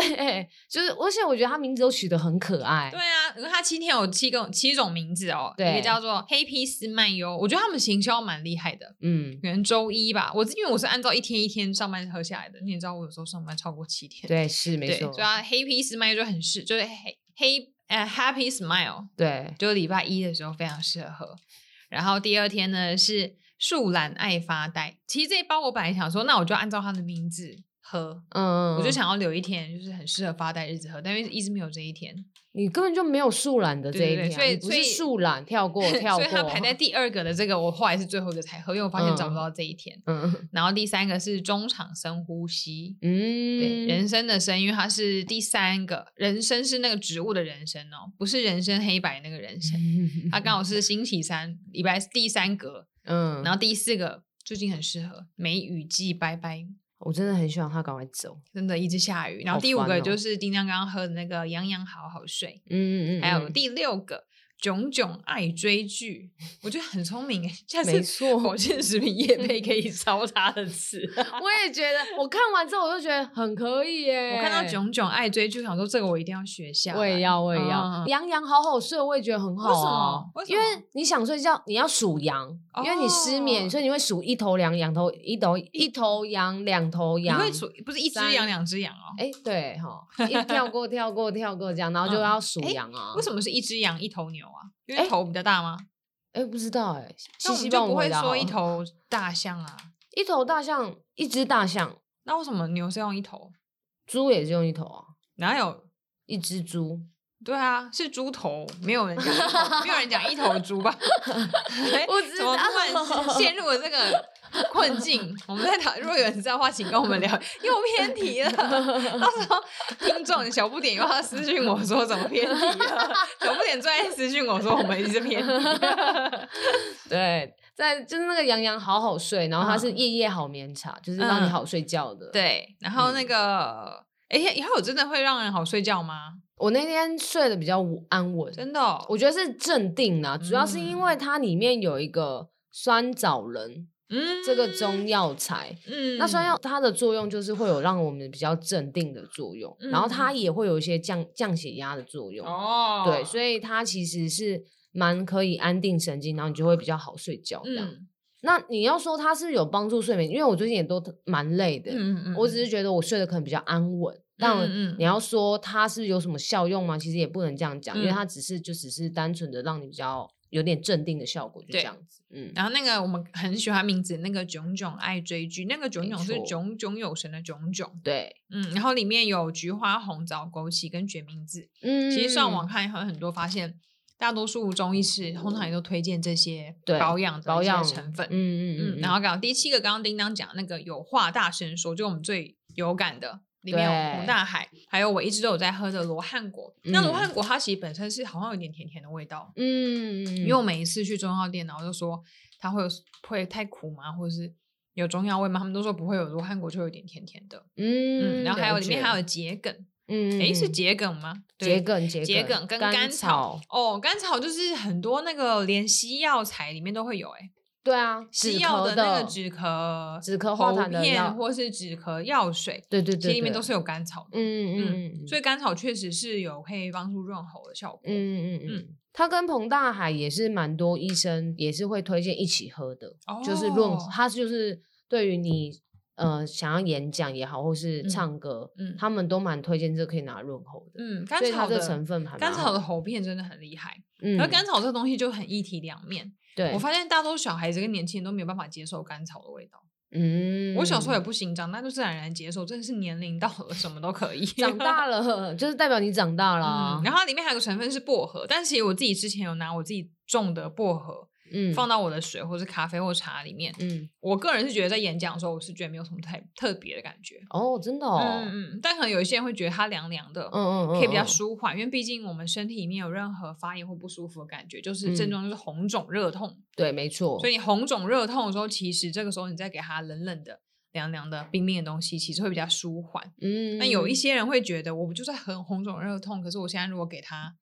[SPEAKER 1] 就是而且我觉得它名字都取得很可爱。
[SPEAKER 2] 对啊，因为它七天有七个七种名字哦，一
[SPEAKER 1] 对
[SPEAKER 2] 个叫做黑皮斯曼优，我觉得他们行销蛮厉害的。
[SPEAKER 1] 嗯，
[SPEAKER 2] 原周一吧，我因为我是按照一天一天上班喝下来的，你也知道我有时候上班超过七天，
[SPEAKER 1] 对，是没
[SPEAKER 2] 对，
[SPEAKER 1] 错
[SPEAKER 2] 所以，它黑皮 smile 就很适，就是黑黑呃 happy smile，
[SPEAKER 1] 对，
[SPEAKER 2] 就礼拜一的时候非常适合喝。然后第二天呢是树懒爱发呆，其实这一包我本来想说，那我就按照它的名字喝，
[SPEAKER 1] 嗯，
[SPEAKER 2] 我就想要留一天，就是很适合发呆日子喝，但因为一直没有这一天，
[SPEAKER 1] 你根本就没有树懒的这
[SPEAKER 2] 对
[SPEAKER 1] 一
[SPEAKER 2] 对对
[SPEAKER 1] 天啊，
[SPEAKER 2] 所以
[SPEAKER 1] 你不
[SPEAKER 2] 所
[SPEAKER 1] 是
[SPEAKER 2] 以
[SPEAKER 1] 树懒 跳过跳
[SPEAKER 2] 所
[SPEAKER 1] 过，
[SPEAKER 2] 以它排在第二个的这个，我后来是最后一个才喝，因为我发现找不到这一天。
[SPEAKER 1] 嗯
[SPEAKER 2] 然后第三个是中场深呼吸，对，
[SPEAKER 1] 嗯，
[SPEAKER 2] 人参的参，因为它是第三个，人参是那个植物的人参哦，不是人参黑白那个人 参，它刚好是星期三，礼拜第三格，
[SPEAKER 1] 嗯，
[SPEAKER 2] 然后第四个最近很适合梅雨季，拜拜，
[SPEAKER 1] 我真的很希望他赶快走，
[SPEAKER 2] 真的一直下雨。然后
[SPEAKER 1] 好
[SPEAKER 2] 第五
[SPEAKER 1] 烦
[SPEAKER 2] 个
[SPEAKER 1] 哦
[SPEAKER 2] 就是丁江刚刚喝的那个洋洋好好睡，
[SPEAKER 1] 嗯嗯嗯，
[SPEAKER 2] 还有
[SPEAKER 1] 嗯
[SPEAKER 2] 第六个炯炯爱追剧，我觉得很聪明诶，下
[SPEAKER 1] 没
[SPEAKER 2] 次
[SPEAKER 1] 错，
[SPEAKER 2] 保健食品业配可以抄他的词。
[SPEAKER 1] 我也觉得， 我看完之后我就觉得很可以耶。
[SPEAKER 2] 我看到炯炯爱追剧，想说这个我一定要学下来。
[SPEAKER 1] 我也要，我也
[SPEAKER 2] 嗯
[SPEAKER 1] 要。羊羊好好睡，我也觉得很好啊。
[SPEAKER 2] 为什么为
[SPEAKER 1] 因为
[SPEAKER 2] 什么
[SPEAKER 1] 你想睡觉，你要数羊，因为你失
[SPEAKER 2] 哦
[SPEAKER 1] 眠，所以你会数一头羊、两头一头一头羊、两头
[SPEAKER 2] 你
[SPEAKER 1] 羊。
[SPEAKER 2] 会数不是一只
[SPEAKER 1] 三
[SPEAKER 2] 羊两只羊哦？
[SPEAKER 1] 哎，对哈，一跳过跳过跳过这样，然后就
[SPEAKER 2] 嗯
[SPEAKER 1] 要数
[SPEAKER 2] 哎
[SPEAKER 1] 羊啊。
[SPEAKER 2] 为
[SPEAKER 1] 么？
[SPEAKER 2] 什么是一只羊一头牛啊？因为
[SPEAKER 1] 哎
[SPEAKER 2] 头比较大吗？
[SPEAKER 1] 哎，不知道哎。
[SPEAKER 2] 那
[SPEAKER 1] 西
[SPEAKER 2] 我们
[SPEAKER 1] 西
[SPEAKER 2] 就
[SPEAKER 1] 帮
[SPEAKER 2] 不
[SPEAKER 1] 我
[SPEAKER 2] 会
[SPEAKER 1] 回答好
[SPEAKER 2] 说
[SPEAKER 1] 了
[SPEAKER 2] 一头大象啊。
[SPEAKER 1] 一头大象，一只大象，
[SPEAKER 2] 那为什么牛是用一头？
[SPEAKER 1] 猪也是用一头啊，
[SPEAKER 2] 哪有？
[SPEAKER 1] 一只猪。
[SPEAKER 2] 对啊，是猪头，没有人讲一头，没有人讲一头猪吧？ 哎
[SPEAKER 1] 我知
[SPEAKER 2] 怎么突然
[SPEAKER 1] 道
[SPEAKER 2] 陷入了这个困境？ 我们在讨，如果有人知道的话，请跟我们聊。又偏题了， 到时候听众小不点又要私信我说怎么偏题了。小不点最爱私信我说我们一直偏题。
[SPEAKER 1] 对，在就是那个羊羊好好睡，然后它是
[SPEAKER 2] 嗯
[SPEAKER 1] 夜夜好眠茶，就是让你
[SPEAKER 2] 嗯
[SPEAKER 1] 好睡觉的。，
[SPEAKER 2] 对，然后那
[SPEAKER 1] 嗯
[SPEAKER 2] 个，哎、以后有真的会让人好睡觉吗？
[SPEAKER 1] 我那天睡得比较稳安稳，
[SPEAKER 2] 真的嗯哦、
[SPEAKER 1] 我觉得是镇定啦，主要是因为它里面有一个酸枣仁、
[SPEAKER 2] 嗯
[SPEAKER 1] 这个中药材。
[SPEAKER 2] 嗯
[SPEAKER 1] 那酸药它的作用就是会有让我们比较镇定的作用，然后它
[SPEAKER 2] 嗯
[SPEAKER 1] 也会有一些降降血压的作用，
[SPEAKER 2] 哦，
[SPEAKER 1] 对，所以它其实是蛮可以安定神经，然后你就会比较好睡觉这样。
[SPEAKER 2] 嗯
[SPEAKER 1] 那你要说它是不是有帮助睡眠，因为我最近也都蛮累的，
[SPEAKER 2] 嗯嗯，
[SPEAKER 1] 我只是觉得我睡得可能比较安稳。但我
[SPEAKER 2] 嗯嗯
[SPEAKER 1] 你要说它是有什么效用吗？其实也不能这样讲，因为
[SPEAKER 2] 嗯
[SPEAKER 1] 它只是就只是单纯的让你比较有点镇定的效果，就
[SPEAKER 2] 对
[SPEAKER 1] 这样子。嗯，
[SPEAKER 2] 然后那个我们很喜欢名字，那个炯炯爱追剧，那个炯
[SPEAKER 1] 没
[SPEAKER 2] 炯是
[SPEAKER 1] 错
[SPEAKER 2] 炯炯有神的炯炯，
[SPEAKER 1] 对，
[SPEAKER 2] 嗯，然后里面有菊花、红枣、枸杞跟决明子。
[SPEAKER 1] 嗯，
[SPEAKER 2] 其实上网看还有很多，发现大多数中医师通常也都推荐这些
[SPEAKER 1] 对
[SPEAKER 2] 保养的
[SPEAKER 1] 保
[SPEAKER 2] 一些
[SPEAKER 1] 养
[SPEAKER 2] 成分。
[SPEAKER 1] 嗯，嗯嗯
[SPEAKER 2] 嗯，然后刚刚第七个，刚刚叮当讲那个有话大声说，就我们最有感的，里面有红
[SPEAKER 1] 对
[SPEAKER 2] 大海，还有我一直都有在喝的罗汉果。那罗
[SPEAKER 1] 嗯
[SPEAKER 2] 汉果它其实本身是好像有点甜甜的味道，
[SPEAKER 1] 嗯，嗯
[SPEAKER 2] 因为我每一次去中药店，然后就说它会有会太苦吗，或者是有中药味吗？他们都说不会有，罗汉果就有点甜甜的。嗯，
[SPEAKER 1] 嗯，
[SPEAKER 2] 然后还有
[SPEAKER 1] 了
[SPEAKER 2] 里面
[SPEAKER 1] 解
[SPEAKER 2] 还有桔梗，
[SPEAKER 1] 嗯，
[SPEAKER 2] 诶，是
[SPEAKER 1] 嗯
[SPEAKER 2] 桔梗吗？对
[SPEAKER 1] 桔梗桔
[SPEAKER 2] 桔梗跟甘
[SPEAKER 1] 草，
[SPEAKER 2] 哦，甘草就是很多那个连西药材里面都会有、诶，
[SPEAKER 1] 对啊，
[SPEAKER 2] 西
[SPEAKER 1] 止
[SPEAKER 2] 药
[SPEAKER 1] 咳
[SPEAKER 2] 的
[SPEAKER 1] 的
[SPEAKER 2] 那个止咳、
[SPEAKER 1] 止咳化
[SPEAKER 2] 喉
[SPEAKER 1] 痰的
[SPEAKER 2] 片
[SPEAKER 1] 药
[SPEAKER 2] 或是止咳药水，
[SPEAKER 1] 对对
[SPEAKER 2] 其
[SPEAKER 1] 对，
[SPEAKER 2] 实里面
[SPEAKER 1] 对
[SPEAKER 2] 都是有甘草的。
[SPEAKER 1] 嗯嗯嗯，
[SPEAKER 2] 所以甘草确实是有可以帮助润喉的效果。
[SPEAKER 1] 嗯嗯
[SPEAKER 2] 嗯
[SPEAKER 1] 嗯，它跟彭大海也是蛮多医生也是会推荐一起喝的，就是润
[SPEAKER 2] 哦，
[SPEAKER 1] 它就是对于你呃想要演讲也好，或是
[SPEAKER 2] 嗯
[SPEAKER 1] 唱歌，
[SPEAKER 2] 嗯
[SPEAKER 1] 他们都蛮推荐这可以拿润喉的，
[SPEAKER 2] 嗯，甘
[SPEAKER 1] 所以
[SPEAKER 2] 草
[SPEAKER 1] 它
[SPEAKER 2] 的
[SPEAKER 1] 这成分还
[SPEAKER 2] 甘
[SPEAKER 1] 蛮
[SPEAKER 2] 草
[SPEAKER 1] 好
[SPEAKER 2] 的喉片真的很厉害。
[SPEAKER 1] 嗯
[SPEAKER 2] 而甘草这东西就很一体两面。
[SPEAKER 1] 对
[SPEAKER 2] 我，发现大多数小孩子跟年轻人都没有办法接受甘草的味道。
[SPEAKER 1] 嗯
[SPEAKER 2] 我小时候也不行，长大就自然而然接受，真的是年龄到了什么都可以。嗯
[SPEAKER 1] 长大了， 就是代表你长大了啊
[SPEAKER 2] 嗯，，然后它里面还有个成分是薄荷，但其实我自己之前有拿我自己种的薄荷
[SPEAKER 1] 嗯
[SPEAKER 2] 放到我的水或是咖啡或茶里面。
[SPEAKER 1] 嗯
[SPEAKER 2] 我个人是觉得在演讲的时候，我是觉得没有什么太特别的感觉。
[SPEAKER 1] 哦，真的哦，嗯
[SPEAKER 2] 嗯嗯，但可能有一些人会觉得它凉凉的，
[SPEAKER 1] 嗯嗯，
[SPEAKER 2] 可以比较
[SPEAKER 1] 嗯，
[SPEAKER 2] 舒缓，因为毕竟我们身体里面有任何发炎或不舒服的感觉，就是症
[SPEAKER 1] 嗯
[SPEAKER 2] 状就是红肿热痛。
[SPEAKER 1] 对，没错，
[SPEAKER 2] 所以你红肿热痛的时候，其实这个时候你再给它冷冷的、凉凉的、冰冰的东西，其实会比较舒缓。
[SPEAKER 1] 嗯，
[SPEAKER 2] 那有一些人会觉得，我就是很红肿热痛，可是我现在如果给它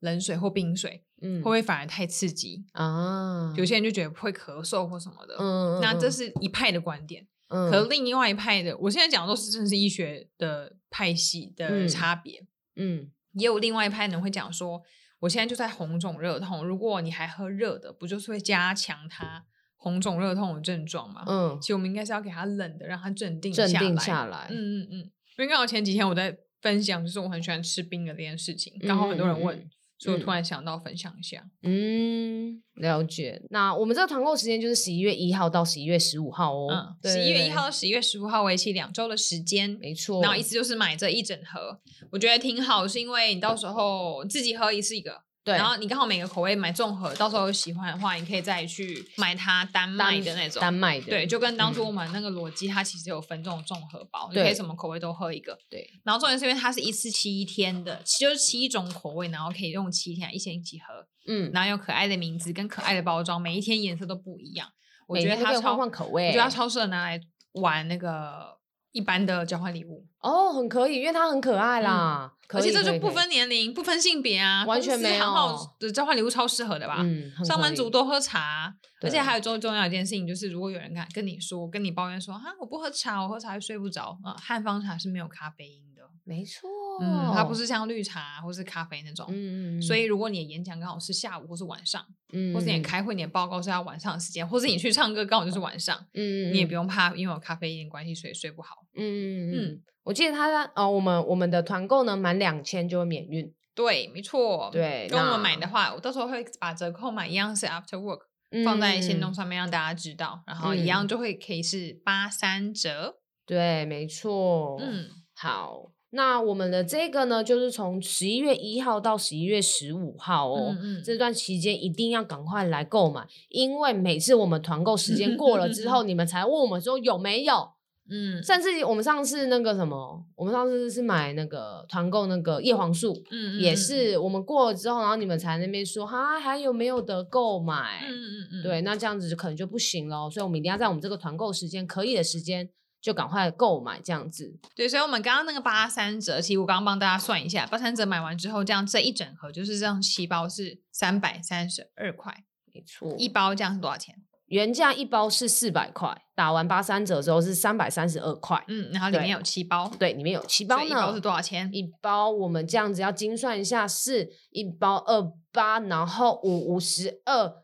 [SPEAKER 2] 冷水或冰水，
[SPEAKER 1] 嗯
[SPEAKER 2] 会不会反而太刺激？
[SPEAKER 1] 啊，
[SPEAKER 2] 有些人就觉得会咳嗽或什么的。
[SPEAKER 1] 嗯，嗯
[SPEAKER 2] 那这
[SPEAKER 1] 嗯
[SPEAKER 2] 是一派的观点，
[SPEAKER 1] 嗯
[SPEAKER 2] 可是另外一派的，我现在讲的都是真的是医学的派系的
[SPEAKER 1] 嗯
[SPEAKER 2] 差别。
[SPEAKER 1] 嗯
[SPEAKER 2] 也有另外一派人会讲说，我现在就在红肿热痛，如果你还喝热的，不就是会加强它红肿热痛的症状吗？
[SPEAKER 1] 嗯
[SPEAKER 2] 其实我们应该是要给它冷的，让它镇定
[SPEAKER 1] 镇
[SPEAKER 2] 下
[SPEAKER 1] 定
[SPEAKER 2] 来。
[SPEAKER 1] 下来，
[SPEAKER 2] 嗯嗯嗯，因为刚好前几天我在分享，就是我很喜欢吃冰的这件事情，然后很多人问，
[SPEAKER 1] 嗯嗯嗯
[SPEAKER 2] 所以
[SPEAKER 1] 嗯
[SPEAKER 2] 我突然想到分享一下。
[SPEAKER 1] 嗯，了解。那我们这个团购时间就是十一月一号到十一月十五号哦
[SPEAKER 2] 嗯，，
[SPEAKER 1] 对
[SPEAKER 2] 十一月一，号
[SPEAKER 1] 对
[SPEAKER 2] 到十一月十五号为期两周的时间
[SPEAKER 1] 对。没错。
[SPEAKER 2] 然后一次就是买这一整盒，我觉得挺好，是因为你到时候自己喝一次一个，
[SPEAKER 1] 对，
[SPEAKER 2] 然后你刚好每个口味买综合，到时候有喜欢的话，你可以再去买它单卖的那种。
[SPEAKER 1] 丹麦的，嗯
[SPEAKER 2] 对，就跟当初我们那个裸鸡，它其实有分这种综合包，你
[SPEAKER 1] 对
[SPEAKER 2] 可以什么口味都喝一个。
[SPEAKER 1] 对，
[SPEAKER 2] 然后重点是因为它是一次七天的，就是七种口味，然后可以用七天一天一起喝，
[SPEAKER 1] 嗯，
[SPEAKER 2] 然后有可爱的名字跟可爱的包装，每一天颜色都不一样。我
[SPEAKER 1] 每
[SPEAKER 2] 觉得
[SPEAKER 1] 天都
[SPEAKER 2] 它
[SPEAKER 1] 可以
[SPEAKER 2] 超，
[SPEAKER 1] 换换口
[SPEAKER 2] 我
[SPEAKER 1] 味，
[SPEAKER 2] 觉得它超适合拿来玩那个一般的交换礼物，
[SPEAKER 1] 哦，很可以，因为它很可爱啦，可
[SPEAKER 2] 嗯而且
[SPEAKER 1] 以
[SPEAKER 2] 这
[SPEAKER 1] 可
[SPEAKER 2] 就
[SPEAKER 1] 以
[SPEAKER 2] 不
[SPEAKER 1] 可以
[SPEAKER 2] 分年龄、不分性别啊，
[SPEAKER 1] 完全没有
[SPEAKER 2] 公司行号的交换礼物超适合的吧？
[SPEAKER 1] 嗯，很
[SPEAKER 2] 上
[SPEAKER 1] 可
[SPEAKER 2] 班
[SPEAKER 1] 以
[SPEAKER 2] 族多喝茶，而且
[SPEAKER 1] 对
[SPEAKER 2] 还有最重要一件事情就是，如果有人敢跟你说、跟你抱怨说哈，我不喝茶，我喝茶会睡不着啊、汉方茶是没有咖啡因的，
[SPEAKER 1] 没错，
[SPEAKER 2] 嗯，它不是像绿茶或是咖啡那种。
[SPEAKER 1] 哦嗯，嗯嗯，
[SPEAKER 2] 所以，如果你的演讲刚好是下午或是晚上，
[SPEAKER 1] 嗯，
[SPEAKER 2] 或是你
[SPEAKER 1] 嗯
[SPEAKER 2] 的，开会、你的报告是要晚上的时间，或是你去唱歌刚好就是晚上，
[SPEAKER 1] 嗯，
[SPEAKER 2] 你也
[SPEAKER 1] 嗯
[SPEAKER 2] 不用怕因为有咖啡因的关系所以睡不好。
[SPEAKER 1] 嗯嗯
[SPEAKER 2] 嗯
[SPEAKER 1] 嗯，我记得他哦，我们我们的团购呢，满两千就会免运，
[SPEAKER 2] 对，没错。
[SPEAKER 1] 对
[SPEAKER 2] 跟我们买
[SPEAKER 1] 那
[SPEAKER 2] 的话，我到时候会把折扣码一样是 After Work 放在行动
[SPEAKER 1] 嗯
[SPEAKER 2] 上面让大家知道，然后一样就会可以是八三折。
[SPEAKER 1] 对，没错，，
[SPEAKER 2] 嗯，
[SPEAKER 1] 好。那我们的这个呢，就是从十一月一号到十一月十五号哦，
[SPEAKER 2] 嗯嗯
[SPEAKER 1] 这段期间一定要赶快来购买，因为每次我们团购时间过了 之后，你们才问我们说有没有，
[SPEAKER 2] 嗯
[SPEAKER 1] 甚至我们上次那个什么，我们上次是买那个团购那个叶黄素，
[SPEAKER 2] 嗯
[SPEAKER 1] 也，是我们过了之后，然后你们才那边说哈还有没有得购买，
[SPEAKER 2] 嗯嗯嗯，
[SPEAKER 1] 对，，那这样子可能就不行咯，所以我们一定要在我们这个团购时间可以的时间就赶快购买这样子，
[SPEAKER 2] 对，所以我们刚刚那个八三折，其实我刚刚帮大家算一下，八三折买完之后，这样这一整盒就是这样七包是三百三十二块，
[SPEAKER 1] 没错，
[SPEAKER 2] 一包这样是多少钱？
[SPEAKER 1] 原价一包是四百块，打完八三折之后是三百三十二块，
[SPEAKER 2] 嗯，然后里面
[SPEAKER 1] 对
[SPEAKER 2] 有七包，
[SPEAKER 1] 对，里面有七
[SPEAKER 2] 所
[SPEAKER 1] 包
[SPEAKER 2] 以
[SPEAKER 1] 呢，
[SPEAKER 2] 一包是多少钱？
[SPEAKER 1] 一包我们这样子要精算一下，是一包二八，然后五五十二，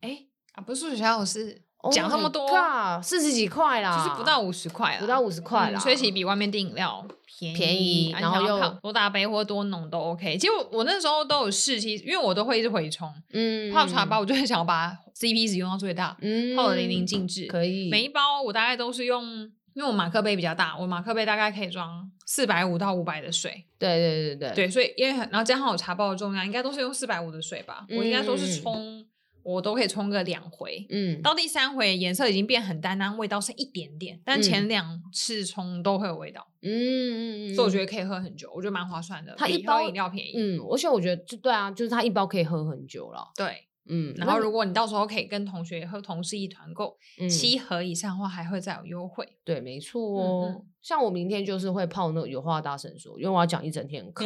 [SPEAKER 1] 哎，
[SPEAKER 2] 啊，不是数学小老师讲这么多，
[SPEAKER 1] 四十几块啦，
[SPEAKER 2] ，Oh 就是不到五十块啊，
[SPEAKER 1] 不到五十块啦，
[SPEAKER 2] 嗯所以其实比外面订饮料便宜，
[SPEAKER 1] 便宜
[SPEAKER 2] 啊
[SPEAKER 1] 然后
[SPEAKER 2] 你想要
[SPEAKER 1] 又
[SPEAKER 2] 泡多大杯或多浓都 OK。其实我我那时候都有试，其实因为我都会一直回冲
[SPEAKER 1] 嗯
[SPEAKER 2] 泡茶包，，我就很想要把 CP 值用到最大，
[SPEAKER 1] 嗯
[SPEAKER 2] 泡的淋漓尽致。
[SPEAKER 1] 可以，
[SPEAKER 2] 每一包我大概都是用，因为我马克杯比较大，我马克杯大概可以装四百五到五百的水，
[SPEAKER 1] 对对对对
[SPEAKER 2] 对，所以因为很然后加上我茶包的重量，应该都是用四百五的水吧，我应该都
[SPEAKER 1] 嗯
[SPEAKER 2] 是冲，我都可以冲个两回。
[SPEAKER 1] 嗯，
[SPEAKER 2] 到第三回颜色已经变很淡，但味道剩一点点。但
[SPEAKER 1] 嗯
[SPEAKER 2] 前两次冲都会有味道，
[SPEAKER 1] 嗯嗯嗯，
[SPEAKER 2] 所以我觉
[SPEAKER 1] 得，
[SPEAKER 2] 得可以喝很久，我觉得蛮划算的。
[SPEAKER 1] 它
[SPEAKER 2] 比
[SPEAKER 1] 一包
[SPEAKER 2] 喝饮料便宜，
[SPEAKER 1] 嗯，而且我觉得就对啊，就是它一包可以喝很久了，
[SPEAKER 2] 对。
[SPEAKER 1] 嗯，
[SPEAKER 2] 然后
[SPEAKER 1] 那
[SPEAKER 2] 如果你到时候可以跟同学和同事一团购，
[SPEAKER 1] 嗯
[SPEAKER 2] 七盒以上的话还会再有 优惠。
[SPEAKER 1] 对，没错
[SPEAKER 2] 嗯
[SPEAKER 1] 哦。像我明天就是会泡那个有话大声说，因为我要讲一整天的 课，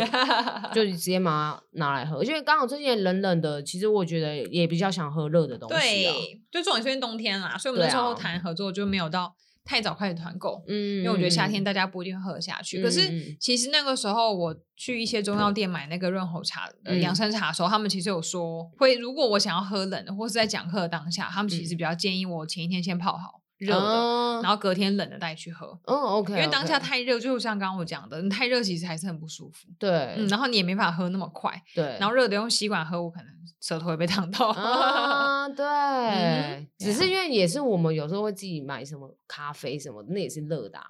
[SPEAKER 1] 就直接拿拿来喝。因为刚好最近冷冷的，其实我觉得也比较想喝热的东西啊。
[SPEAKER 2] 对，就这种是因为冬天啦，所以我们
[SPEAKER 1] 对
[SPEAKER 2] 那时候
[SPEAKER 1] 啊
[SPEAKER 2] 谈合作就没有到太早开始团购。
[SPEAKER 1] 嗯，
[SPEAKER 2] 因为我觉得夏天
[SPEAKER 1] 嗯
[SPEAKER 2] 大家不一定喝得下去，
[SPEAKER 1] 嗯
[SPEAKER 2] 可
[SPEAKER 1] 嗯
[SPEAKER 2] 是
[SPEAKER 1] 嗯
[SPEAKER 2] 其实那个时候我去一些中药店买那个润喉茶、呃
[SPEAKER 1] 嗯
[SPEAKER 2] 养生茶的时候，他们其实有说会，如果我想要喝冷的，或是在讲课的当下，他们其实比较建议我前一天先泡好热的，
[SPEAKER 1] 嗯
[SPEAKER 2] 然后隔天冷的再去喝，
[SPEAKER 1] 嗯，OK，
[SPEAKER 2] 因为当下
[SPEAKER 1] OK，
[SPEAKER 2] 太热，就像刚刚我讲的，你太热其实还是很不舒服，嗯，
[SPEAKER 1] 对
[SPEAKER 2] 然后你也没法喝那么快，
[SPEAKER 1] 对，
[SPEAKER 2] 然后热的用吸管喝，我可能舌头会被烫到。
[SPEAKER 1] 啊，对
[SPEAKER 2] 嗯哼，
[SPEAKER 1] 只是因为也是我们有时候会自己买什么咖啡什么的，那也是热的啊。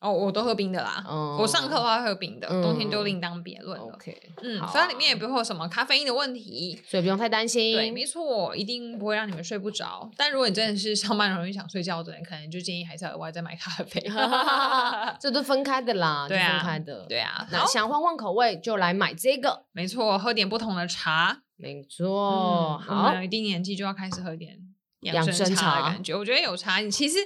[SPEAKER 2] 哦，我都喝冰的啦。
[SPEAKER 1] 嗯
[SPEAKER 2] 我上课的话喝冰的，
[SPEAKER 1] 嗯
[SPEAKER 2] 冬天就另当别论了。
[SPEAKER 1] OK，
[SPEAKER 2] 嗯，
[SPEAKER 1] 好
[SPEAKER 2] 虽然里面也
[SPEAKER 1] 啊
[SPEAKER 2] 不会有什么咖啡因的问题，
[SPEAKER 1] 所以不用太担心。
[SPEAKER 2] 对，没错，一定不会让你们睡不着。但如果你真的是上班容易想睡觉的人，可能就建议还是要额外再买咖 啡。
[SPEAKER 1] 这都分开的啦，
[SPEAKER 2] 对啊
[SPEAKER 1] 就分开的。
[SPEAKER 2] 对啊，
[SPEAKER 1] 那
[SPEAKER 2] 好，
[SPEAKER 1] 想换换口味就来买这个，
[SPEAKER 2] 没错，喝点不同的茶。
[SPEAKER 1] 没错。
[SPEAKER 2] 嗯我
[SPEAKER 1] 哦好
[SPEAKER 2] 们，有一定年纪就要开始喝点
[SPEAKER 1] 养
[SPEAKER 2] 生
[SPEAKER 1] 生
[SPEAKER 2] 茶的
[SPEAKER 1] 茶
[SPEAKER 2] 感觉。我觉得有茶，其实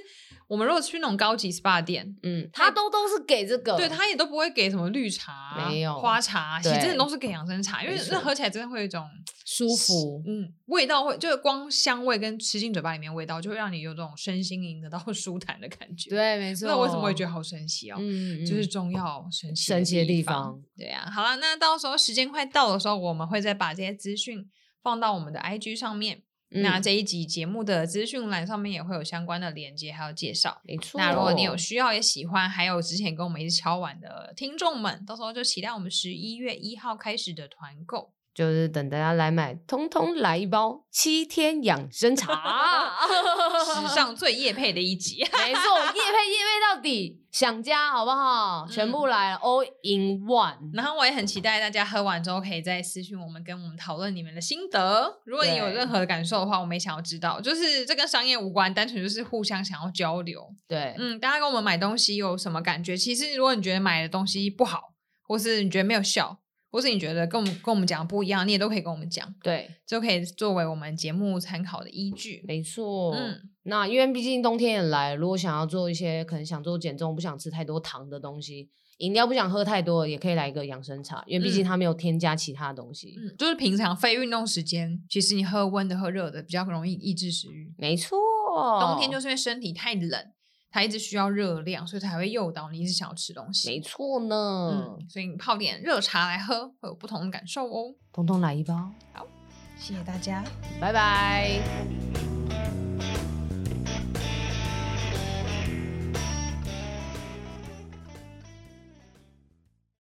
[SPEAKER 2] 我们如果去那种高级 SPA 店，
[SPEAKER 1] 嗯，他都都是给这个，
[SPEAKER 2] 对，它也都不会给什么绿茶、啊
[SPEAKER 1] 没有
[SPEAKER 2] 花茶，其实
[SPEAKER 1] 对
[SPEAKER 2] 真的都是给养生茶，因为
[SPEAKER 1] 没错
[SPEAKER 2] 那喝起来真的会有一种
[SPEAKER 1] 舒服。
[SPEAKER 2] 嗯，味道会就是光香味跟吃进嘴巴里面的味道，就会让你有种身心灵得到 舒坦的感觉。，
[SPEAKER 1] 对，没错。
[SPEAKER 2] 那为什么会觉得好神奇哦？
[SPEAKER 1] 嗯，嗯，
[SPEAKER 2] 就是中药神奇
[SPEAKER 1] 神奇的
[SPEAKER 2] 地
[SPEAKER 1] 地
[SPEAKER 2] 方。
[SPEAKER 1] 方。
[SPEAKER 2] 对啊，好了，那到时候时间快到的时候，我们会再把这些资讯放到我们的 IG 上面。
[SPEAKER 1] 嗯
[SPEAKER 2] 那这一集节目的资讯栏上面也会有相关的连接还有介绍。
[SPEAKER 1] 没错。
[SPEAKER 2] 那如果你有需要也喜欢，还有之前跟我们一直敲碗的听众们，到时候就期待我们十一月一号开始的团购。
[SPEAKER 1] 就是等大家来买，通通来一包七天养生茶，
[SPEAKER 2] 史上最夜配的一集。
[SPEAKER 1] 没错，夜配夜配到底，想家好不好？
[SPEAKER 2] 嗯
[SPEAKER 1] 全部来了，all in one。
[SPEAKER 2] 然后我也很期待大家喝完之后可以再私讯我们，跟我们讨论你们的心得。如果你有
[SPEAKER 1] 对
[SPEAKER 2] 任何的感受的话，我们也想要知道。就是这跟商业无关，单纯就是互相想要交流。
[SPEAKER 1] 对，
[SPEAKER 2] 嗯，大家跟我们买东西有什么感觉？其实如果你觉得买的东西不好，或是你觉得没有效，或是你觉得跟我们跟我们讲的不一样，你也都可以跟我们讲，
[SPEAKER 1] 对，
[SPEAKER 2] 就可以作为我们节目参考的依据。
[SPEAKER 1] 没错。
[SPEAKER 2] 嗯，
[SPEAKER 1] 那因为毕竟冬天也来，如果想要做一些可能想做减重，不想吃太多糖的东西，饮料不想喝太多，也可以来一个养生茶，因为毕竟
[SPEAKER 2] 嗯
[SPEAKER 1] 它没有添加其他东西。
[SPEAKER 2] 嗯，就是平常非运动时间，其实你喝温的喝热的比较容易抑制食欲。
[SPEAKER 1] 没错，
[SPEAKER 2] 冬天就是因为身体太冷，它一直需要热量，所以才会诱导你一直想要吃东西。
[SPEAKER 1] 没错呢，
[SPEAKER 2] 嗯，所以你泡点热茶来喝，会有不同的感受哦。
[SPEAKER 1] 通通来一包，
[SPEAKER 2] 谢谢大家。
[SPEAKER 1] 拜拜。
[SPEAKER 3] 「